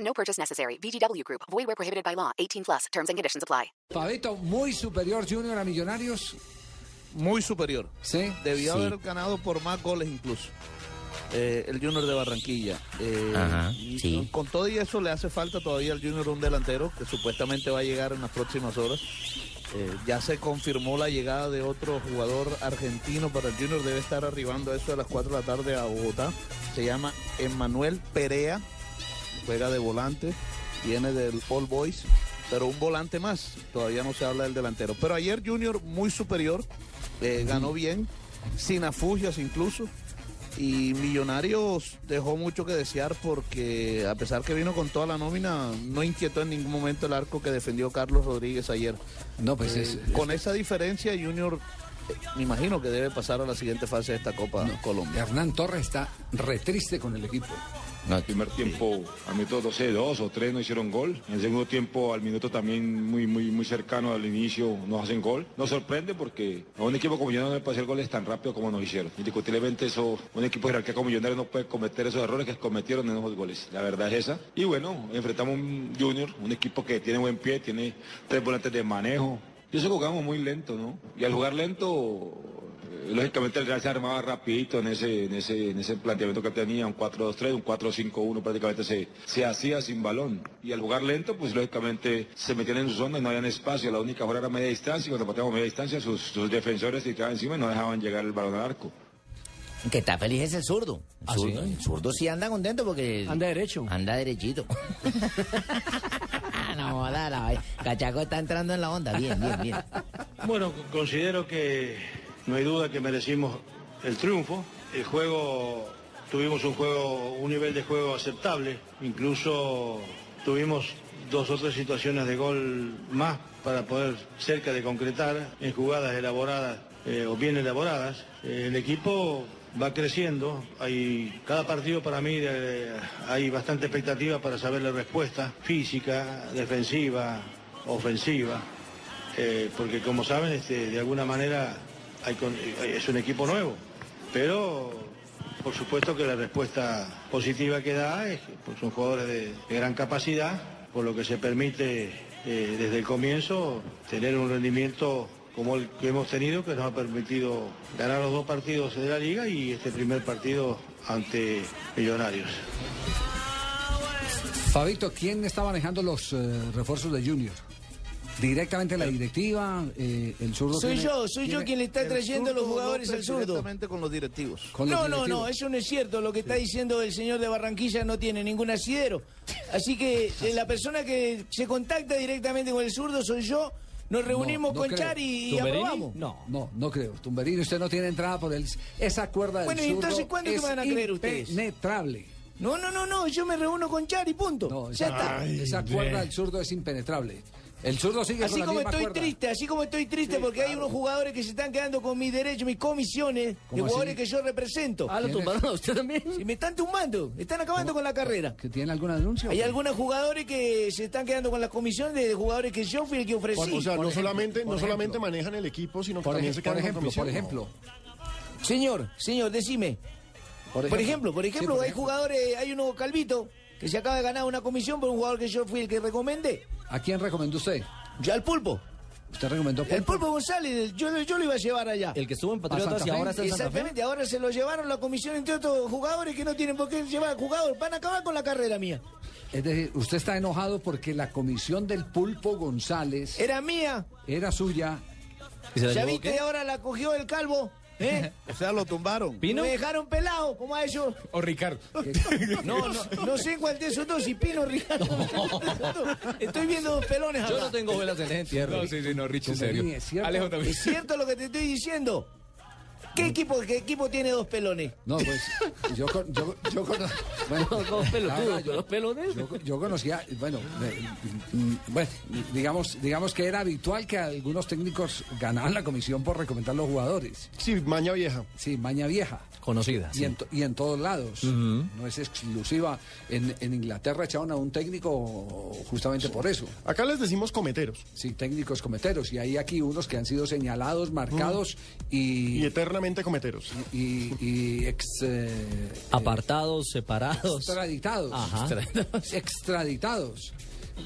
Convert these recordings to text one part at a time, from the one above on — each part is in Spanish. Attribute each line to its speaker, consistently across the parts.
Speaker 1: No purchase necessary. VGW Group. Void where prohibited by law. 18 plus. Terms and conditions apply.
Speaker 2: Pavito, muy superior Junior a Millonarios.
Speaker 3: muy superior.
Speaker 2: Sí.
Speaker 3: Debió haber ganado por más goles incluso. eh, el Junior de Barranquilla. Eh,
Speaker 4: Ajá,
Speaker 3: y
Speaker 4: sí.
Speaker 3: Con todo y eso le hace falta todavía al Junior un delantero que supuestamente va a llegar en las próximas horas. Eh, ya se confirmó la llegada de otro jugador argentino para el Junior. Debe estar arribando a eso de las 4 de la tarde a Bogotá. Se llama Emmanuel Perea. Juega de volante. Viene del All Boys. Pero un volante más. Todavía no se habla del delantero. Pero ayer Junior muy superior. eh, ganó bien. Sin afugias incluso. Y Millonarios dejó mucho que desear porque a pesar que vino con toda la nómina, no inquietó en ningún momento el arco que defendió Carlos Rodríguez ayer. Eh,
Speaker 2: No, pues es.
Speaker 3: Con esa diferencia, Junior eh, me imagino que debe pasar a la siguiente fase de esta Copa Colombia.
Speaker 2: Hernán Torres está re triste con el equipo.
Speaker 4: No,
Speaker 5: primer tiempo a minutos 12, dos o tres no hicieron gol. En el segundo tiempo al minuto también muy, muy, muy cercano al inicio nos hacen gol. Nos sorprende porque a un equipo como Millonarios no le puede hacer goles tan rápido como nos hicieron. Indiscutiblemente eso, un equipo de jerarquía como Millonarios no puede cometer esos errores que cometieron en esos goles. La verdad es esa. Y bueno, enfrentamos un Junior, un equipo que tiene buen pie, tiene tres volantes de manejo. Y eso jugamos muy lento, ¿no? Y al jugar lento, eh, Lógicamente el Real se armaba rapidito en ese, en ese, en ese planteamiento que tenía, un 4-2-3, un 4-5-1 prácticamente se, se hacía sin balón. Y al jugar lento, pues lógicamente se metían en su zona y no habían espacio, la única jugada era media distancia y cuando pateamos media distancia sus, sus defensores se tiraban encima y no dejaban llegar el balón al arco.
Speaker 4: que está feliz es el zurdo. El,
Speaker 2: ¿Ah,
Speaker 4: zurdo,
Speaker 2: sí?
Speaker 4: el zurdo sí anda contento porque.
Speaker 6: Anda derecho.
Speaker 4: Anda derechito. no, joda, la vaina. Cachaco está entrando en la onda. Bien, bien, bien.
Speaker 7: Bueno, considero que no hay duda que merecimos el triunfo. El juego, tuvimos un juego, un nivel de juego aceptable. Incluso tuvimos dos o tres situaciones de gol más para poder cerca de concretar en jugadas elaboradas eh, o bien elaboradas. Eh, el equipo va creciendo. Hay, cada partido para mí eh, hay bastante expectativa para saber la respuesta física, defensiva, ofensiva. Eh, porque como saben, este, de alguna manera hay con- eh, es un equipo nuevo, pero por supuesto que la respuesta positiva que da es que pues, son jugadores de, de gran capacidad, por lo que se permite eh, desde el comienzo tener un rendimiento como el que hemos tenido, que nos ha permitido ganar los dos partidos de la liga y este primer partido ante Millonarios.
Speaker 2: Fabito, ¿quién está manejando los eh, refuerzos de Junior? ¿Directamente la directiva? eh, ¿El zurdo?
Speaker 6: Soy
Speaker 2: tiene-
Speaker 6: yo, soy yo
Speaker 2: tiene-
Speaker 6: quien le está
Speaker 3: El
Speaker 6: trayendo los
Speaker 3: zurdo
Speaker 6: jugadores al
Speaker 3: López
Speaker 6: zurdo.
Speaker 3: Directamente con los directivos.
Speaker 2: con los
Speaker 6: No, no, no,
Speaker 2: directivos.
Speaker 6: eso no es cierto. Lo que está diciendo el señor de Barranquilla no tiene ningún asidero. Así que eh, la persona que se contacta directamente con el zurdo soy yo. Nos reunimos
Speaker 2: no
Speaker 6: con
Speaker 2: creo.
Speaker 6: Char y, y
Speaker 2: ¿Tumberini?
Speaker 6: aprobamos.
Speaker 2: No, no, no creo. Tumberini, usted no tiene entrada por él. Esa cuerda del
Speaker 6: Bueno, ¿y entonces
Speaker 2: zurdo
Speaker 6: cuándo es que
Speaker 2: es
Speaker 6: me van a creer ustedes?
Speaker 2: Impenetrable.
Speaker 6: No, no, no, no, yo me reúno con Char y punto.
Speaker 2: No,
Speaker 6: ya está.
Speaker 2: esa, esa cuerda del zurdo es impenetrable. El zurdo sigue con
Speaker 6: Así
Speaker 2: la
Speaker 6: como
Speaker 2: misma
Speaker 6: estoy
Speaker 2: cuerda.
Speaker 6: triste, así como estoy triste porque hay unos jugadores que se están quedando con mis derechos, mis comisiones, de
Speaker 2: ¿Cómo así?
Speaker 6: jugadores que yo represento.
Speaker 2: lo tumbaron
Speaker 6: a usted también? Y me están tumbando, están acabando con la carrera.
Speaker 2: ¿Que tiene alguna denuncia?
Speaker 6: Hay algunos jugadores que se están quedando con las comisiones de jugadores que yo fui el que ofrecí.
Speaker 8: o sea,
Speaker 2: por
Speaker 8: no
Speaker 2: ejemplo,
Speaker 8: solamente,
Speaker 2: por
Speaker 8: no solamente
Speaker 2: ejemplo.
Speaker 8: manejan el equipo, sino que
Speaker 2: Por,
Speaker 8: también
Speaker 2: ej-
Speaker 8: se
Speaker 2: por
Speaker 8: quedan
Speaker 2: ejemplo,
Speaker 8: con
Speaker 2: por
Speaker 8: comisión,
Speaker 2: ejemplo.
Speaker 6: Señor, señor, decime. Por ejemplo, por
Speaker 2: Sí,
Speaker 6: ejemplo, hay jugadores, hay uno calvito que se acaba de ganar una comisión por un jugador que yo fui el que recomendé.
Speaker 2: ¿A quién recomendó usted?
Speaker 6: Ya el pulpo.
Speaker 2: Usted recomendó
Speaker 6: El pulpo González, yo, yo lo iba a llevar allá.
Speaker 9: El que estuvo en
Speaker 2: ¿A
Speaker 9: Patriotas
Speaker 2: Santa
Speaker 9: y
Speaker 2: Fe?
Speaker 9: ahora está en Santa Fe.
Speaker 6: Exactamente, ahora se lo llevaron la comisión entre otros jugadores que no tienen por qué llevar jugadores. Van a acabar con la carrera mía.
Speaker 2: Es decir, usted está enojado porque la comisión del pulpo González era,
Speaker 6: Era mía.
Speaker 2: suya.
Speaker 9: ¿Y se la
Speaker 6: Ya
Speaker 9: llevó
Speaker 6: viste,
Speaker 9: qué?
Speaker 6: ahora la cogió el calvo. ¿Eh?
Speaker 3: O sea, lo tumbaron.
Speaker 9: ¿Pino?
Speaker 6: Me dejaron pelado, como a ellos.
Speaker 9: O Ricardo.
Speaker 6: No, no, no sé cuál de esos dos, si Pino o Ricardo. Estoy viendo dos pelones
Speaker 9: Yo
Speaker 6: acá.
Speaker 9: no tengo velas en el entierro. No, sí, sí, no, Richie,
Speaker 2: Tumberini, ¿es cierto?
Speaker 6: Es cierto lo que te estoy diciendo.
Speaker 9: Mm.
Speaker 6: ¿Qué equipo, qué equipo tiene dos pelones?
Speaker 2: No, pues yo, con- yo, yo con- bueno,
Speaker 8: Dos pelotudos,
Speaker 2: la verdad, yo-
Speaker 8: dos pelones.
Speaker 2: Yo, yo conocía, bueno, eh, mm, bueno, digamos, digamos que era habitual que algunos técnicos ganaban la comisión por recomendar los jugadores.
Speaker 9: Sí, maña vieja.
Speaker 2: Sí, maña vieja.
Speaker 8: Conocida.
Speaker 2: Y en, to- y en todos lados. No es exclusiva. En, en Inglaterra echaron a un técnico justamente por eso.
Speaker 9: Acá les decimos cometeros.
Speaker 2: Sí, técnicos cometeros. Y hay aquí unos que han sido señalados, marcados
Speaker 8: Mm.
Speaker 9: Y
Speaker 2: y,
Speaker 9: eternamente cometeros.
Speaker 2: y, y ex, eh,
Speaker 8: Apartados, separados.
Speaker 2: extraditados.
Speaker 8: Ajá.
Speaker 2: Extraditados. Extraditados.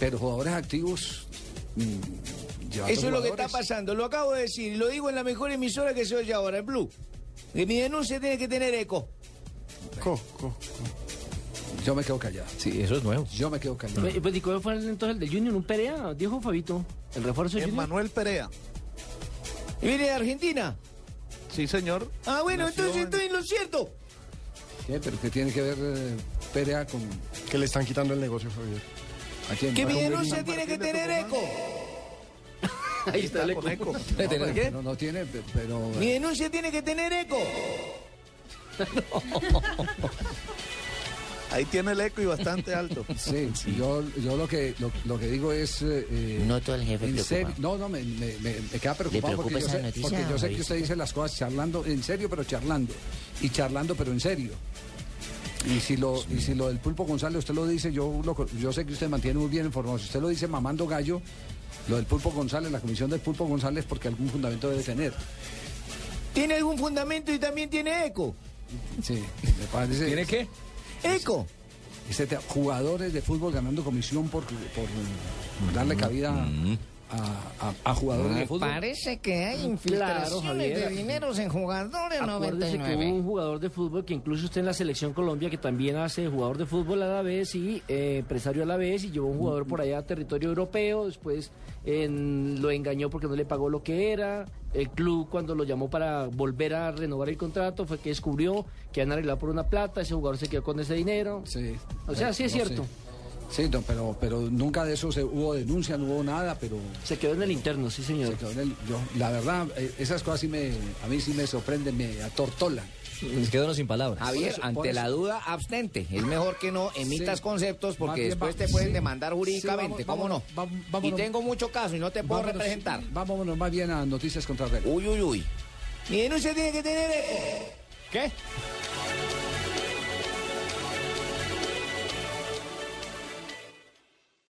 Speaker 2: Pero jugadores activos. mm, llevando
Speaker 6: Eso es lo que está
Speaker 2: jugadores.
Speaker 6: pasando. Lo acabo de decir y lo digo en la mejor emisora que se oye ahora, el Blue. Que mi denuncia tiene que tener eco.
Speaker 9: Co, co.
Speaker 2: Yo me quedo callado.
Speaker 8: Sí, eso es nuevo.
Speaker 2: Yo me quedo callado.
Speaker 10: Pues, pues, ¿y cómo fue entonces el de Junior? ¿Un Perea? Dijo Fabito. ¿El refuerzo de
Speaker 3: Es
Speaker 10: Junior?
Speaker 3: Manuel Perea.
Speaker 6: Pues ¿Y viene de Argentina?
Speaker 3: Sí, señor.
Speaker 6: Ah, bueno,
Speaker 3: Nació
Speaker 6: entonces
Speaker 3: en-
Speaker 6: estoy en lo cierto.
Speaker 2: ¿Qué? ¿Pero qué tiene que ver eh, Perea con
Speaker 9: Que le están quitando el negocio, Javier.
Speaker 2: a quién?
Speaker 6: Que
Speaker 2: ¿Con
Speaker 6: mi
Speaker 2: Medina?
Speaker 6: denuncia tiene que
Speaker 3: Martín de
Speaker 6: tener eco.
Speaker 3: Tucumán.
Speaker 10: Ahí está el
Speaker 3: Con eco.
Speaker 2: No,
Speaker 10: ¿Tiene
Speaker 2: pero-
Speaker 10: qué?
Speaker 2: No, no tiene, pe- pero.
Speaker 6: Mi denuncia tiene que tener eco.
Speaker 3: Ahí tiene el eco y bastante alto.
Speaker 2: Sí, Yo, yo lo que lo, lo que digo es. eh, eh,
Speaker 4: No todo el jefe
Speaker 2: en
Speaker 4: preocupado.
Speaker 2: serio- No, no, me, me- me- me queda preocupado
Speaker 4: preocupa
Speaker 2: porque yo,
Speaker 4: esa
Speaker 2: sé,
Speaker 4: noticia,
Speaker 2: porque yo sé que
Speaker 4: Javier?
Speaker 2: usted dice las cosas charlando, en serio, pero charlando. Y charlando, pero en serio. Y si, lo, y si lo del Pulpo González usted lo dice, yo, lo co- yo sé que usted mantiene muy bien informado. Si usted lo dice mamando gallo, lo del Pulpo González, la comisión del Pulpo González, porque algún fundamento debe tener.
Speaker 6: Tiene algún fundamento y también tiene eco.
Speaker 2: Sí, me parece.
Speaker 8: qué?
Speaker 6: Eco.
Speaker 2: Este te- jugadores de fútbol ganando comisión por, por darle cabida a, a- a jugadores de fútbol.
Speaker 4: Parece que hay
Speaker 10: infiltraciones Javier. de
Speaker 4: dineros en jugadores
Speaker 10: Acuérdese que hubo un jugador de fútbol que incluso usted en la selección Colombia que también hace jugador de fútbol a la vez y eh, empresario a la vez y llevó un jugador por allá a territorio europeo, después en- lo engañó porque no le pagó lo que era. El club cuando lo llamó para volver a renovar el contrato fue que descubrió que han arreglado por una plata, ese jugador se quedó con ese dinero.
Speaker 2: Sí.
Speaker 10: O sea, sí es
Speaker 2: No sé.
Speaker 10: cierto.
Speaker 2: Sí, no, pero, pero nunca de eso se, hubo denuncia, no hubo nada, pero
Speaker 10: Se quedó en el interno, sí señor.
Speaker 2: se quedó en el- yo- la verdad, eh, esas cosas sí me, a mí sí me sorprenden, me atortolan.
Speaker 8: Nos quedaron sin palabras.
Speaker 4: Javier,
Speaker 2: eso, por
Speaker 4: ante
Speaker 2: eso.
Speaker 4: la duda, abstente. Es mejor que no emitas
Speaker 2: Sí.
Speaker 4: conceptos
Speaker 2: Más
Speaker 4: porque
Speaker 2: bien
Speaker 4: después
Speaker 2: va-
Speaker 4: te pueden
Speaker 2: sí.
Speaker 4: demandar
Speaker 2: Sí,
Speaker 4: jurídicamente,
Speaker 2: vamos-
Speaker 4: ¿cómo no?
Speaker 2: vámonos, va- vámonos.
Speaker 4: Y tengo mucho caso y no te puedo
Speaker 2: Vámonos-
Speaker 4: representar.
Speaker 2: Vámonos más bien a noticias contra reloj.
Speaker 4: Uy, uy, uy.
Speaker 6: Mi denuncia tiene que tener eco.
Speaker 4: ¿Qué?